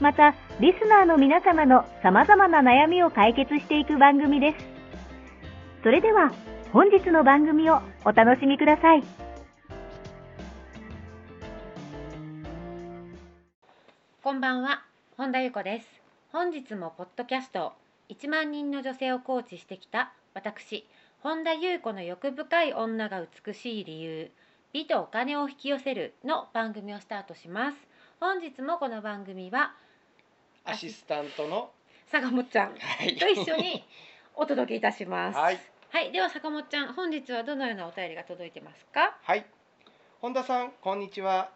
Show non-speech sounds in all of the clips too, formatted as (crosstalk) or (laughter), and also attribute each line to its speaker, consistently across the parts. Speaker 1: また、リスナーの皆様の様々な悩みを解決していく番組です。それでは、本日の番組をお楽しみください。
Speaker 2: こんばんは、本田裕子です。本日もポッドキャストを1万人の女性をコーチしてきた私、本田裕子の欲深い女が美しい理由、美とお金を引き寄せるの番組をスタートします。本日もこの番組は
Speaker 3: アシスタントの
Speaker 2: 坂本ちゃん
Speaker 3: はい
Speaker 2: と一緒にお届けいたします。
Speaker 3: はい、
Speaker 2: はい、では坂本ちゃん、本日はどのようなお便りが届いてますか？
Speaker 3: はい、本田さんこんにちは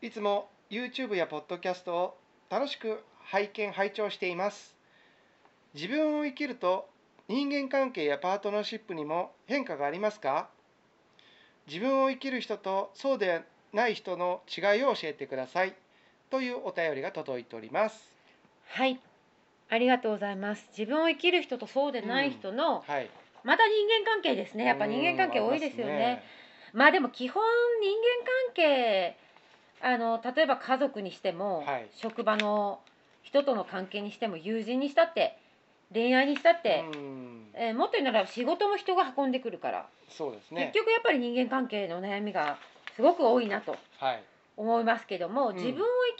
Speaker 3: いつも YouTube やポッドキャストを楽しく拝見拝聴しています自分を生きると人間関係やパートナーシップにも変化がありますか自分を生きる人とそうでない人の違いを教えてくださいというお便りが届いております
Speaker 2: はい、ありがとうございます。自分を生きる人とそうでない人の、
Speaker 3: はい
Speaker 2: また人間関係ですね。やっぱ人間関係多いですよ
Speaker 3: うん
Speaker 2: ね。まあでも基本人間関係あの例えば家族にしても、
Speaker 3: はい
Speaker 2: 職場の人との関係にしても友人にしたって恋愛にしたっ
Speaker 3: あり
Speaker 2: て
Speaker 3: ま、すねうん
Speaker 2: えーもっと言うなら仕事も人が運んでくるから、
Speaker 3: そうですね
Speaker 2: 結局やっぱり人間関係の悩みがすごく多いなと
Speaker 3: はい
Speaker 2: 思いますけども、
Speaker 3: ん
Speaker 2: 自分を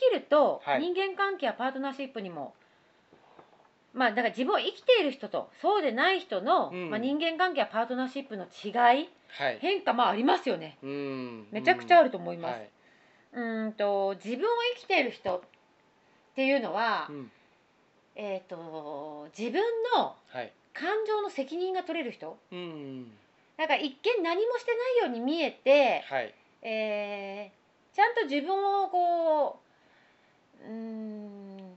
Speaker 2: 生きると
Speaker 3: はい
Speaker 2: 人間関係やパートナーシップにも、まあだから自分を生きている人とそうでない人の、
Speaker 3: うん
Speaker 2: まあ、人間関係やパートナーシップの違い
Speaker 3: はい
Speaker 2: 変化もありますよね
Speaker 3: うん
Speaker 2: めちゃくちゃあ
Speaker 3: る
Speaker 2: ると思います、
Speaker 3: はいう
Speaker 2: ーんと自分を生きている人っていうのは、
Speaker 3: うん
Speaker 2: えっ、と自分の
Speaker 3: はい
Speaker 2: 感情の責任が取れる人
Speaker 3: うん
Speaker 2: なんか一見何もしてないように見えて、
Speaker 3: はい
Speaker 2: えーちゃんと自分をこううーん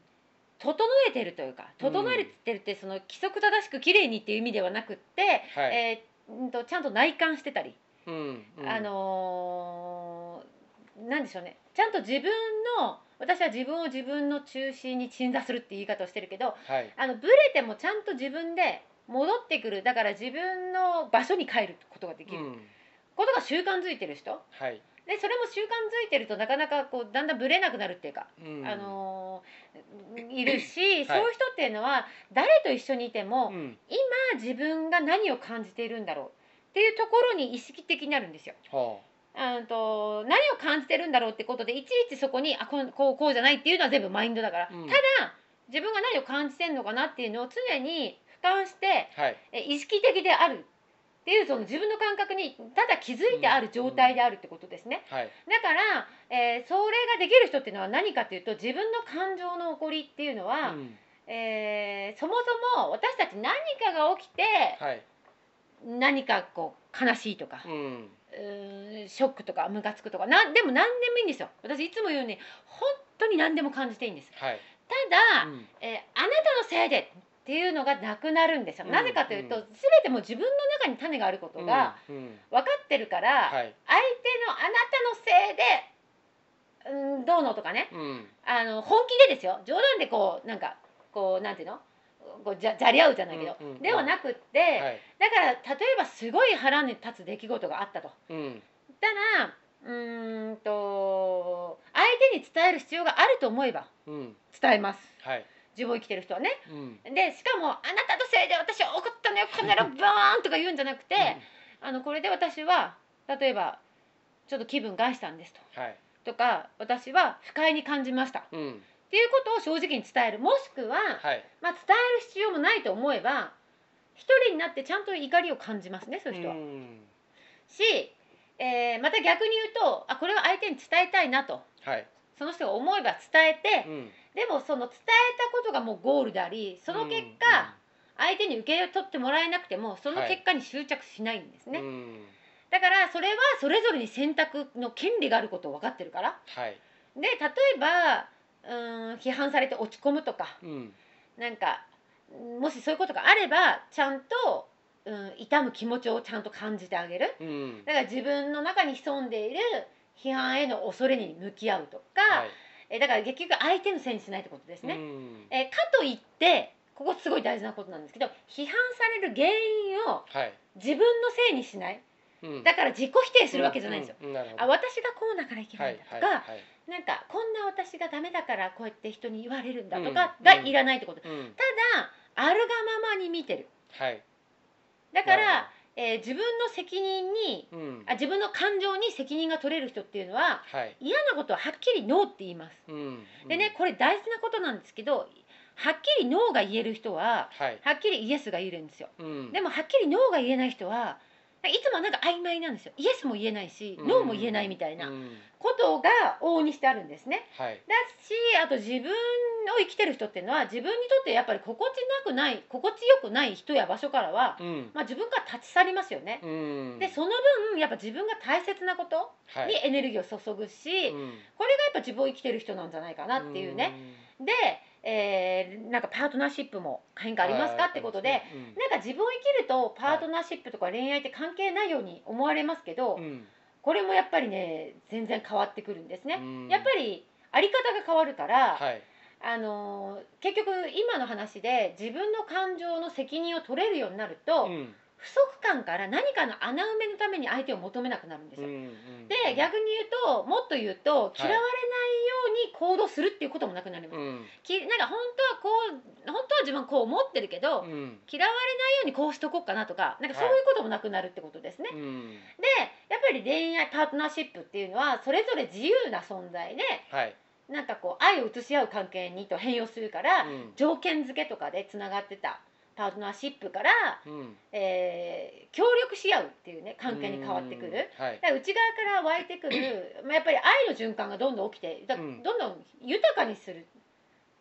Speaker 2: 整えてるというか整えてるってその規則正しく綺麗にっていう意味ではなくって、
Speaker 3: はい、
Speaker 2: えーうんとちゃんと内観してたり
Speaker 3: うんうん
Speaker 2: あのーなんでしょうねちゃんと自分の私は自分を自分の中心に鎮座するって言い方をしてるけど
Speaker 3: はい
Speaker 2: あのブレてもちゃんと自分で戻ってくるだから自分の場所に帰ることができ
Speaker 3: う
Speaker 2: る
Speaker 3: ん
Speaker 2: ことが習慣づいてる人
Speaker 3: はい、
Speaker 2: でそれも習慣づいてるとなかなかこうだんだんブレなくなるっていうか、
Speaker 3: うん
Speaker 2: あのーいるし、
Speaker 3: い
Speaker 2: そういう人っていうのは誰と一緒にいても、
Speaker 3: う
Speaker 2: ま
Speaker 3: ん
Speaker 2: あ自分が何を感じているんだろうっていうところに意識的になるんですよ。
Speaker 3: は
Speaker 2: うんと何を感じてるんだろうってことでいちいちそこにあこうこうこうじゃないっていうのは全部マインドだから、
Speaker 3: うん
Speaker 2: ただ自分が何を感じてるのかなっていうのを常に俯瞰して
Speaker 3: あはい
Speaker 2: え意識的であるっていうその自分の感覚にただ気づいてある状態であるってことですね、
Speaker 3: はい
Speaker 2: だから、えーそれができる人っていうのは何かっていうと自分の感情の起こりっていうのは、
Speaker 3: うん
Speaker 2: えーそもそも私たち何かが起きて
Speaker 3: はい
Speaker 2: 何かこう悲しいとか、
Speaker 3: うん
Speaker 2: うーんショックとかムカつくとかなんでも何でもいいんですよ私いつも言うように本当に何でも感じていいんです
Speaker 3: はい
Speaker 2: ただ、
Speaker 3: うん
Speaker 2: えーあなたのせいでっていうのがなくなるんですよ、
Speaker 3: うん
Speaker 2: なぜかというと
Speaker 3: うん
Speaker 2: 全てもう自分の中に種があることが
Speaker 3: うんうん
Speaker 2: 分かってるから、
Speaker 3: はい
Speaker 2: 相手のあなたのせいで、うん、どうのとかね
Speaker 3: うん
Speaker 2: あの本気でですよ冗談でこうなんかこうなんていうのこうじゃじゃり合うじゃないけど、
Speaker 3: うんうんうん
Speaker 2: ではなくって、
Speaker 3: はい
Speaker 2: だから例えばすごい腹に立つ出来事があったと。
Speaker 3: うん
Speaker 2: たらうーんと相手に伝える必要があると思えば
Speaker 3: うん
Speaker 2: 伝えます
Speaker 3: はい
Speaker 2: 自分を生きてる人はね
Speaker 3: うん
Speaker 2: でしかも「あなたのせいで私は怒ったのよこ
Speaker 3: (laughs)
Speaker 2: の野郎バーン!」とか言うんじゃなくて、あのこれで私は例えば「ちょっと気分害したんです」と
Speaker 3: うんはい
Speaker 2: とか「私は不快に感じました」
Speaker 3: うん
Speaker 2: っていうことを正直に伝えるもしくは、
Speaker 3: はい
Speaker 2: まあ、伝える必要もないと思えば一人になってちゃんと怒りを感じますねそういう人は。
Speaker 3: ん
Speaker 2: し、えーまた逆に言うとあこれは相手に伝えたいなと
Speaker 3: はい
Speaker 2: その人が思えば伝えて、
Speaker 3: うん
Speaker 2: でもその伝えたことがもうゴールでありその結果、相手に受け取ってもらえなくてもその結果に執着しないんです
Speaker 3: うん
Speaker 2: ね、
Speaker 3: うん
Speaker 2: だからそれはそれぞれに選択の権利があることを分かってるから
Speaker 3: はい
Speaker 2: で例えばうーん批判されて落ち込むとか
Speaker 3: うん
Speaker 2: なんかもしそういうことがあればちゃんと、うん、痛む気持ちをちゃんと感じてあげる
Speaker 3: うん
Speaker 2: だから自分の中に潜んでいる批判への恐れに向き合うとか、
Speaker 3: はい
Speaker 2: えだから結局相手のせいにしないってことです
Speaker 3: う
Speaker 2: ね、
Speaker 3: ん
Speaker 2: えかといってここすごい大事なことなんですけど批判される原因を
Speaker 3: はい
Speaker 2: 自分のせいにしない
Speaker 3: うん
Speaker 2: だから自己否定するわけじゃないんですよ、
Speaker 3: うんうんなるほど
Speaker 2: あ私がこうだからいけ
Speaker 3: は
Speaker 2: ないいんだと
Speaker 3: はい
Speaker 2: か、
Speaker 3: はい
Speaker 2: なんかこんな私がダメだからこうやって人に言われるんだとか
Speaker 3: うん
Speaker 2: が
Speaker 3: うん
Speaker 2: いらないってこと、
Speaker 3: うん
Speaker 2: ただあるがままに見てる
Speaker 3: はい
Speaker 2: だか
Speaker 3: なる
Speaker 2: ら、えー自分の責任に
Speaker 3: ほどうん
Speaker 2: あ自分の感情に責任が取れる人っていうのは
Speaker 3: はい
Speaker 2: 嫌なことははっきりノーって言います。
Speaker 3: うん
Speaker 2: でねこれ大事なことなんですけどはっきりノーが言える人は
Speaker 3: はい
Speaker 2: はっきりイエスが言えるんですよ。
Speaker 3: うん
Speaker 2: でもはっきりノーが言えない人はいつもなんか曖昧なんですよ。イエスも言えないし
Speaker 3: うん
Speaker 2: ノーも言えないみたいな
Speaker 3: うん
Speaker 2: ことが往々にしてあるんですね。
Speaker 3: はい
Speaker 2: だしあと自分を生きてる人っていうのは自分にとってやっぱり心地なくない心地よくない人や場所からは、
Speaker 3: うん
Speaker 2: まあ、自分から立ち去りますよね。
Speaker 3: うん
Speaker 2: でその分やっぱ自分が大切なこと
Speaker 3: はい
Speaker 2: にエネルギーを注ぐし、
Speaker 3: うん
Speaker 2: これがやっぱ自分を生きてる人なんじゃないかなっていうね。で、えーなんかパートナーシップも変
Speaker 3: うん
Speaker 2: 化ありますかってことで、
Speaker 3: はいうん
Speaker 2: なんか自分を生きるとパートナーシップとか恋愛って関係ないように思われますけど、
Speaker 3: うん
Speaker 2: これもやっぱりね全然変わってくるんですね。
Speaker 3: うん
Speaker 2: やっぱりあり方が変わるから、
Speaker 3: はい
Speaker 2: あのー結局今の話で自分の感情の責任を取れるようになると、
Speaker 3: うん
Speaker 2: 不足感から何かの穴埋めのために相手を求めなくなるんですよ。
Speaker 3: うん
Speaker 2: で逆に言うともっと言うと
Speaker 3: い
Speaker 2: 嫌われないように行動するっていうこともなくなります。
Speaker 3: うん
Speaker 2: きなんか本当はこう本当は自分こう思ってるけど、
Speaker 3: うん
Speaker 2: 嫌われないようにこうしとこうかなとかなんかそういうこともなくなるってことですね。
Speaker 3: うん
Speaker 2: でやっぱり恋愛パートナーシップっていうのはそれぞれ自由な存在で
Speaker 3: はい
Speaker 2: なんかこう愛を移し合う関係にと変容するから、
Speaker 3: うん
Speaker 2: 条件付けとかでつながってたパートナーシップから、
Speaker 3: うん
Speaker 2: えー協力し合うっていうね関係に変わってくる。
Speaker 3: うんはい
Speaker 2: だから内側から湧いてくるまあやっぱり愛の循環がどんどん起きてだど
Speaker 3: うんん
Speaker 2: どん豊かにするっ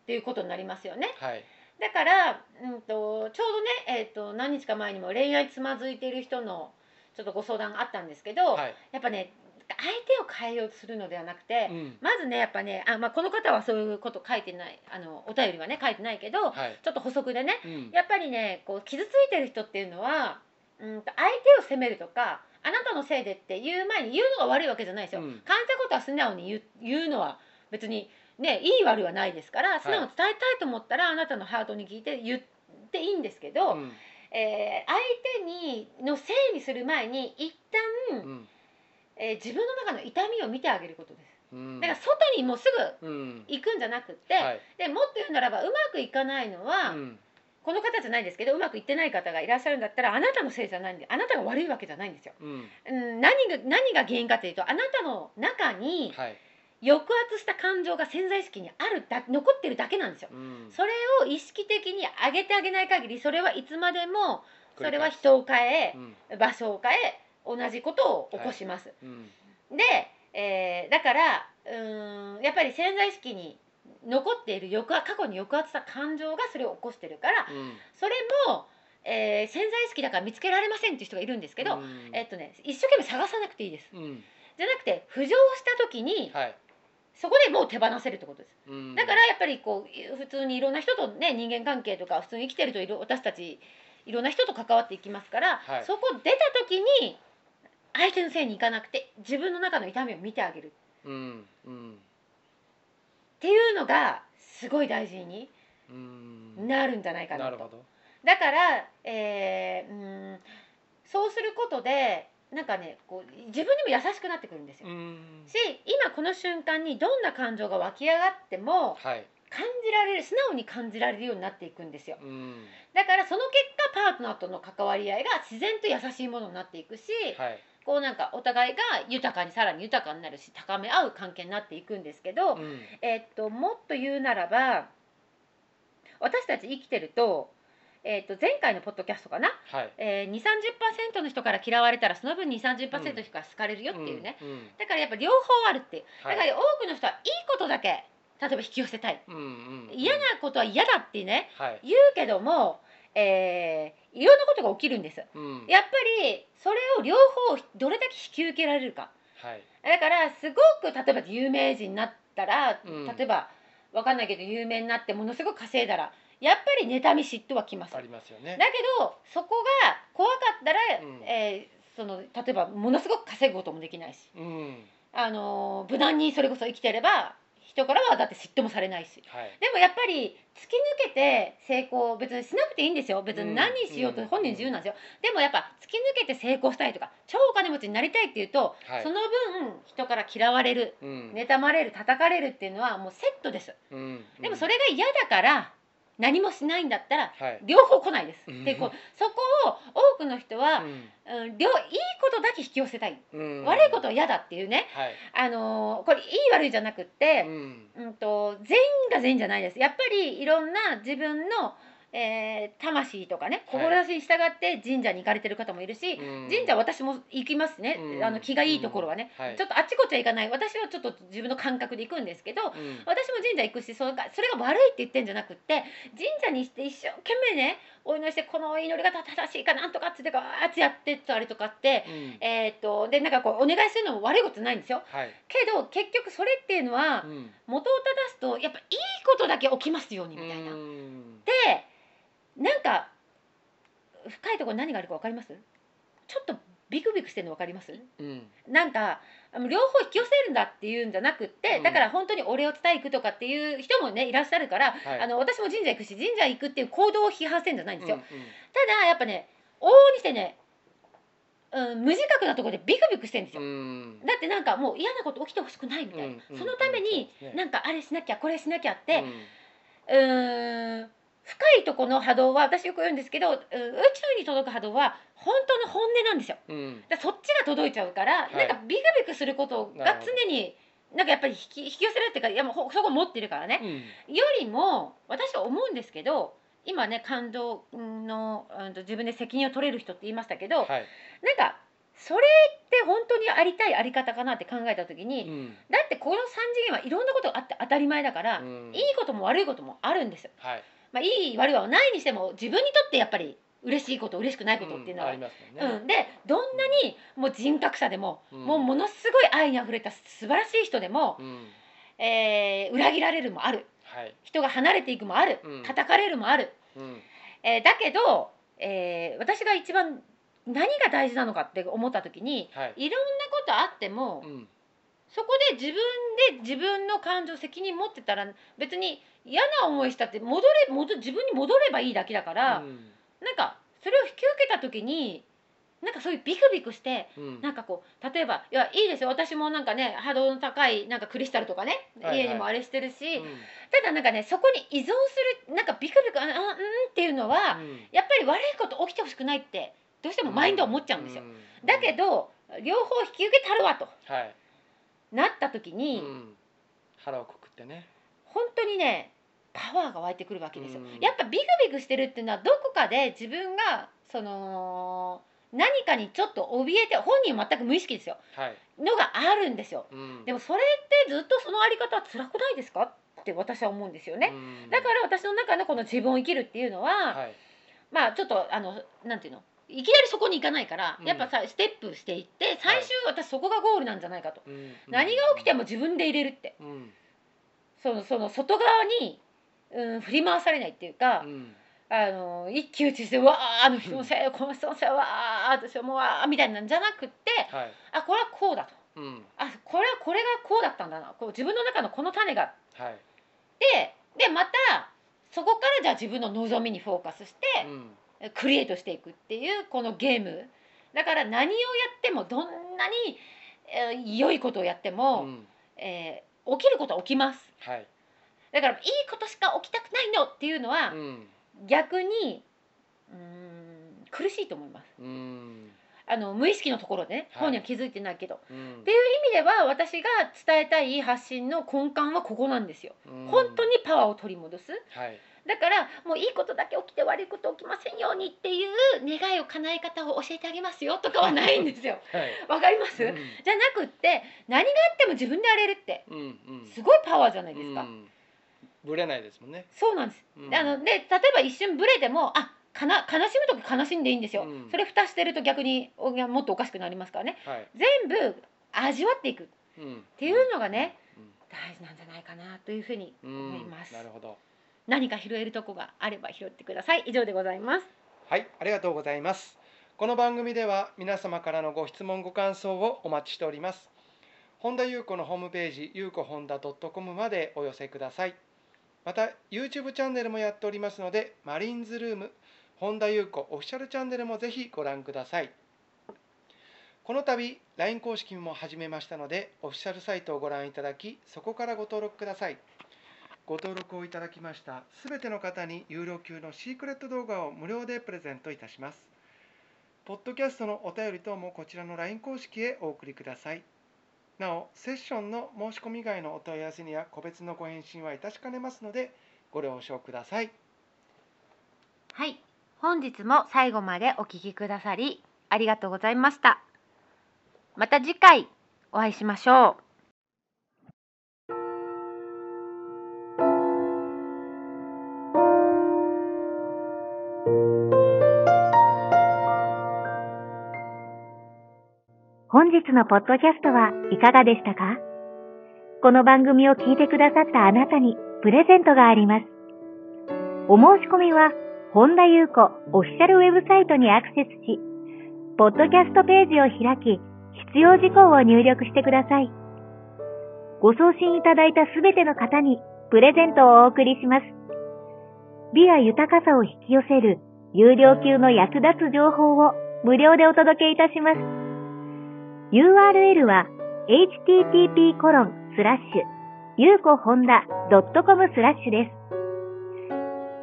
Speaker 2: ていうことになりますよね
Speaker 3: はい
Speaker 2: だから、うん、とちょうどね、えー、と何日か前にも恋愛つまずいている人のちょっとご相談があったんですけど、
Speaker 3: はい
Speaker 2: やっぱね相手を変えようとするのではなくて、
Speaker 3: うん
Speaker 2: まずねやっぱねあ、まあ、この方はそういうこと書いてないあのお便りはね書いてないけど
Speaker 3: はい
Speaker 2: ちょっと補足でね
Speaker 3: うん
Speaker 2: やっぱりねこう傷ついてる人っていうのは、うん、と相手を責めるとかあなたのせいでって言う前に言うのが悪いわけじゃないですよ、
Speaker 3: うん
Speaker 2: 感じたことは素直に言う言うのは別にねいい悪いはないですから素直に伝えたいと思ったら、あなたのハートに聞いて言っていいんですけど、
Speaker 3: うん
Speaker 2: えー相手にのせいにする前に一旦、
Speaker 3: うん
Speaker 2: えー自分の中の痛みを見てあげることです
Speaker 3: うん
Speaker 2: だから外にもうす
Speaker 3: うん
Speaker 2: ぐ行くんじゃなくって、
Speaker 3: はい
Speaker 2: でもっと言うならばうまくいかないのは、
Speaker 3: うん
Speaker 2: この方じゃないですけどうまくいってない方がいらっしゃるんだったらあなたのせいじゃないんであなたが悪いわけじゃないんですよ。
Speaker 3: うん
Speaker 2: うん、何が何が原因かというとあなたの中に
Speaker 3: はい
Speaker 2: 抑圧した感情が潜在意識にあるだ残ってるだけなんですよ。
Speaker 3: うん
Speaker 2: それを意識的に上げてあげない限りそれはいつまでもそれは
Speaker 3: 繰り返す
Speaker 2: 人を変
Speaker 3: うん
Speaker 2: え場所を変え同じことを起こします。
Speaker 3: うん
Speaker 2: で、えーだからうーんやっぱり潜在意識に残っている抑圧過去に抑圧した感情がそれを起こしてるから
Speaker 3: うん
Speaker 2: それも、えー潜在意識だから見つけられませんっていう人がいるんですけど、
Speaker 3: うん
Speaker 2: えっとね、一生懸命探さなくていいです
Speaker 3: うん
Speaker 2: じゃなくて浮上した時に
Speaker 3: はい
Speaker 2: そこでもう手放せるってことです
Speaker 3: うん
Speaker 2: だからやっぱりこう普通にいろんな人とね人間関係とか普通に生きてるといろ私たちいろんな人と関わっていきますから、
Speaker 3: はい
Speaker 2: そこ出た時に相手のせいにいかなくて自分の中の痛みを見てあげるっ
Speaker 3: うんうん
Speaker 2: ていうのがすごい大事に
Speaker 3: うん
Speaker 2: なるんじゃないかな
Speaker 3: なる
Speaker 2: と
Speaker 3: ほど
Speaker 2: だから、えーうーんそうすることでなんかねこう自分にも優しくなってくるんですよ。
Speaker 3: うん
Speaker 2: し今この瞬間にどんな感情が湧き上がっても
Speaker 3: はい
Speaker 2: 感じられる素直に感じられるようになっていくんですよ
Speaker 3: うん
Speaker 2: だからその結果パートナーとの関わり合いが自然と優しいものになっていくし、
Speaker 3: はい
Speaker 2: こうなんかお互いが豊かにさらに豊かになるし高め合う関係になっていくんですけど、
Speaker 3: うん
Speaker 2: えっともっと言うならば私たち生きてると,、えっと前回のポッドキャストかな、
Speaker 3: はい
Speaker 2: えー、2 3 0の人から嫌われたらその分2 3 0の人から好かれるよっていうね、
Speaker 3: うんうん
Speaker 2: だからやっぱ両方あるっていう、
Speaker 3: はい
Speaker 2: だから多くの人はいいことだけ例えば引き寄せたい
Speaker 3: うんうんうん
Speaker 2: 嫌なことは嫌だってね
Speaker 3: はい
Speaker 2: 言うけども、えーいろんなことが起きるんですやっ
Speaker 3: うん
Speaker 2: ぱりそれを両方どれだけ引き受けられるか
Speaker 3: はい
Speaker 2: だからすごく例えば有名人になったら、
Speaker 3: うん
Speaker 2: 例えばわかんないけど有名になってものすごく稼いだらやっぱり妬み嫉妬はきます
Speaker 3: あ
Speaker 2: だけ
Speaker 3: りますよね
Speaker 2: どそこが怖かったら、
Speaker 3: うん
Speaker 2: えーその例えばものすごく稼ぐこともできないし
Speaker 3: うん
Speaker 2: あのー無難にそれこそ生きてれば人からはだって嫉妬もされないし
Speaker 3: はい
Speaker 2: でもやっぱり突き抜けて成功別にしなくていいんですよ別
Speaker 3: うん
Speaker 2: に何しようと
Speaker 3: うん
Speaker 2: 本人自由なんですよ、でもやっぱ突き抜けて成功したいとか超お金持ちになりたいっていうと、
Speaker 3: はい
Speaker 2: その分人から嫌われる
Speaker 3: うん
Speaker 2: 妬まれる叩かれるっていうのはもうセットです
Speaker 3: うん
Speaker 2: でもそれが嫌だから何もしないんだったら
Speaker 3: はい
Speaker 2: 両方来ないです、
Speaker 3: うん
Speaker 2: でこうそこを多くの人は、うん両いいことだけ引き寄せたい、
Speaker 3: うんうん
Speaker 2: 悪いことは嫌だっていうね
Speaker 3: はい
Speaker 2: あのーこれいい悪いじゃなくって、
Speaker 3: ん
Speaker 2: うんと全員が全員じゃないですやっぱりいろんな自分の、えー魂とかね
Speaker 3: はい
Speaker 2: 志に従って神社に行かれてる方もいるし、
Speaker 3: うん
Speaker 2: 神社私も行きますね、
Speaker 3: うん
Speaker 2: あの気がいいところはね、
Speaker 3: うんはい
Speaker 2: ちょっとあちこちは行かない私はちょっと自分の感覚で行くんですけど、
Speaker 3: うん
Speaker 2: 私も神社行くしそれがそれが悪いって言ってんじゃなくって神社にして一生懸命ねお祈りしてこのお祈りが正しいかなんとかっつってガーッてやってったりとかって、
Speaker 3: うん
Speaker 2: えー、とでなんかこうお願いするのも悪いことないんですよ
Speaker 3: はい
Speaker 2: けど結局それっていうのは
Speaker 3: うん
Speaker 2: 元を正すとやっぱいいことだけ起きますようにみたいな。
Speaker 3: うん
Speaker 2: でなんか深いところに何があるか分かりますちょっとビクビクしてるの分かります
Speaker 3: うん
Speaker 2: なんかあの両方引き寄せるんだっていうんじゃなくって、
Speaker 3: うん
Speaker 2: だから本当にお礼を伝え行くとかっていう人もねいらっしゃるから、
Speaker 3: はい
Speaker 2: あの私も神社行くし神社行くっていう行動を批判してるんじゃないんですよ、
Speaker 3: うんうん
Speaker 2: ただやっぱね往々にしてね、うん、無自覚なところでビクビクしてるんですよ、
Speaker 3: うん
Speaker 2: だってなんかもう嫌なこと起きてほしくないみたいな、
Speaker 3: うんうん
Speaker 2: そのために
Speaker 3: そうですね
Speaker 2: なんかあれしなきゃこれしなきゃっ
Speaker 3: う
Speaker 2: て、
Speaker 3: ん
Speaker 2: うーん深いとこの波動は私よく言うんですけど、うん宇宙に届く波動は本当の本音なんですよ
Speaker 3: うん
Speaker 2: だからそっちが届いちゃうから、
Speaker 3: はい
Speaker 2: なんかビクビクすること
Speaker 3: なる
Speaker 2: が
Speaker 3: ほど
Speaker 2: 常になんかやっぱり引き引き寄せられるっていうかいやもうほそこ持ってるからね、
Speaker 3: うん
Speaker 2: よりも私は思うんですけど今ね感動の、うん、と自分で責任を取れる人って言いましたけど、
Speaker 3: はい
Speaker 2: なんかそれって本当にありたいあり方かなって考えた時に、
Speaker 3: うん
Speaker 2: だってこの3次元はいろんなことがあって当たり前だから、
Speaker 3: うん
Speaker 2: いいことも悪いこともあるんですよ。
Speaker 3: はい
Speaker 2: まあ、いい悪いはないにしても自分にとってやっぱり嬉しいこと嬉しくないことっていうのは、う
Speaker 3: んあり
Speaker 2: ん
Speaker 3: ますもんね
Speaker 2: でどんなにもう人格者でも、
Speaker 3: うん
Speaker 2: もうものすごい愛にあふれた素晴らしい人でも、
Speaker 3: うん
Speaker 2: えー裏切られるもある
Speaker 3: はい
Speaker 2: 人が離れていくもある、
Speaker 3: うん
Speaker 2: 叩かれるもある、
Speaker 3: うん
Speaker 2: えーだけど、えー私が一番何が大事なのかって思った時に
Speaker 3: はい
Speaker 2: いろんなことあっても、
Speaker 3: うん
Speaker 2: そこで自分で自分の感情責任持ってたら別に嫌な思いしたって戻れ戻自分に戻ればいいだけだから、
Speaker 3: うん
Speaker 2: なんかそれを引き受けた時になんかそういうビクビクして
Speaker 3: うん
Speaker 2: なんかこう例えばいやいいですよ私もなんかね波動の高いなんかクリスタルとかね、
Speaker 3: はいはい
Speaker 2: 家にもあれしてるし、
Speaker 3: うん
Speaker 2: ただなんかねそこに依存するなんかビクビクああうんっていうのは、
Speaker 3: うん
Speaker 2: やっぱり悪いこと起きてほしくないってどうしてもマインドは思っちゃうんですよ。だけど両方引き受けたるわと
Speaker 3: はい
Speaker 2: なった時に、
Speaker 3: うん腹をくくってね
Speaker 2: 本当にねパワーが湧いてくるわけですよ、
Speaker 3: うん
Speaker 2: やっぱビクビクしてるっていうのはどこかで自分がその何かにちょっと怯えて本人は全く無意識ですよ
Speaker 3: はい
Speaker 2: のがあるんですよ
Speaker 3: うん
Speaker 2: でもそれってずっとそのあり方は辛くないですかって私は思うんですよね、
Speaker 3: うん
Speaker 2: だから私の中のこの自分を生きるっていうのは、
Speaker 3: はい
Speaker 2: まあちょっとあのなんていうのいきなりそこに行かないから、
Speaker 3: うん
Speaker 2: やっぱさステップしていって最終私そこがゴールなんじゃないかと、
Speaker 3: うん
Speaker 2: 何が起きても自分で入れるって
Speaker 3: うん
Speaker 2: そのその外側に、うん、振り回されないっていうか、
Speaker 3: うん
Speaker 2: あの一喜一憂して「わああの人のせいこの人のせいわあ私はもうわあ」みたいなんじゃなくって
Speaker 3: はい
Speaker 2: あこれはこうだと
Speaker 3: うん
Speaker 2: あこれはこれがこうだったんだなこう自分の中のこの種が
Speaker 3: はい
Speaker 2: ででまたそこからじゃあ自分の望みにフォーカスして
Speaker 3: うん
Speaker 2: クリエイトしていくっていうこのゲームだから何をやってもどんなに、えー良いことをやっても、
Speaker 3: うん
Speaker 2: えー起きることは起きます
Speaker 3: はい
Speaker 2: だからいいことしか起きたくないのっていうのは、
Speaker 3: うん
Speaker 2: 逆にうーん苦しいと思います
Speaker 3: うん
Speaker 2: あの無意識のところでね
Speaker 3: はい
Speaker 2: 本人は気づいてないけど、
Speaker 3: うん
Speaker 2: で意味では私が伝えたい発信の根幹はここなんですよ
Speaker 3: うん
Speaker 2: 本当にパワーを取り戻す
Speaker 3: はい
Speaker 2: だからもういいことだけ起きて悪いこと起きませんようにっていう願いを叶え方を教えてあげますよとかはないん
Speaker 3: (laughs)
Speaker 2: ですよ
Speaker 3: はい
Speaker 2: わかります、
Speaker 3: うん
Speaker 2: じゃなくって何があっても自分でやれるって
Speaker 3: うんうん
Speaker 2: すごいパワーじゃないですか、
Speaker 3: うんぶれないですもんね
Speaker 2: そうなんです、
Speaker 3: うん
Speaker 2: であので例えば一瞬ブレてもあかな悲しむとき悲しんでいいんですよ、
Speaker 3: うん
Speaker 2: それ蓋してると逆においやもっとおかしくなりますからね
Speaker 3: はい
Speaker 2: 全部味わっていく
Speaker 3: うんって
Speaker 2: いうのがね大事なんじゃないかなというふうに
Speaker 3: うん
Speaker 2: 思い
Speaker 3: うん
Speaker 2: ます、
Speaker 3: なるほど
Speaker 2: 何か拾えるとこがあれば拾ってください以上でございます
Speaker 3: はい、ありがとうございます。この番組では皆様からのご質問ご感想をお待ちしております。本田裕子のホームページ、ゆうこほんだ .com までお寄せください。また、YouTube チャンネルもやっておりますので、マリンズルーム、本田裕子オフィシャルチャンネルもぜひご覧ください。この度、LINE 公式も始めましたので、オフィシャルサイトをご覧いただき、そこからご登録ください。ご登録をいただきましたすべての方に有料級のシークレット動画を無料でプレゼントいたします。ポッドキャストのお便り等もこちらの LINE 公式へお送りください。なお、セッションの申し込み以外のお問い合わせには個別のご返信はいたしかねますので、ご了承ください。
Speaker 2: はい本日も最後までお聞きくださりありがとうございましたまた次回お会いしましょう
Speaker 1: 本日のポッドキャストはいかがでしたかこの番組を聞いてくださったあなたにプレゼントがあります。お申し込みは、本田裕子オフィシャルウェブサイトにアクセスし、ポッドキャストページを開き、必要事項を入力してください。ご送信いただいたすべての方にプレゼントをお送りします。美や豊かさを引き寄せる有料級の役立つ情報を無料でお届けいたします。URL は http コロンスラッシュゆうこほんだ .com スラッシュです。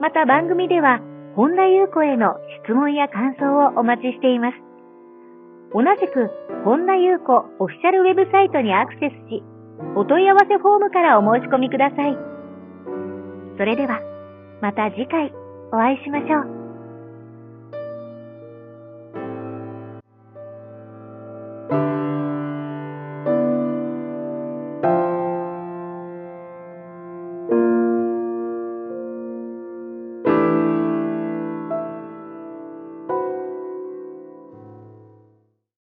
Speaker 1: また番組では、本田ゆう子への質問や感想をお待ちしています。同じく、本田ゆう子オフィシャルウェブサイトにアクセスし、お問い合わせフォームからお申し込みください。それでは、また次回お会いしましょう。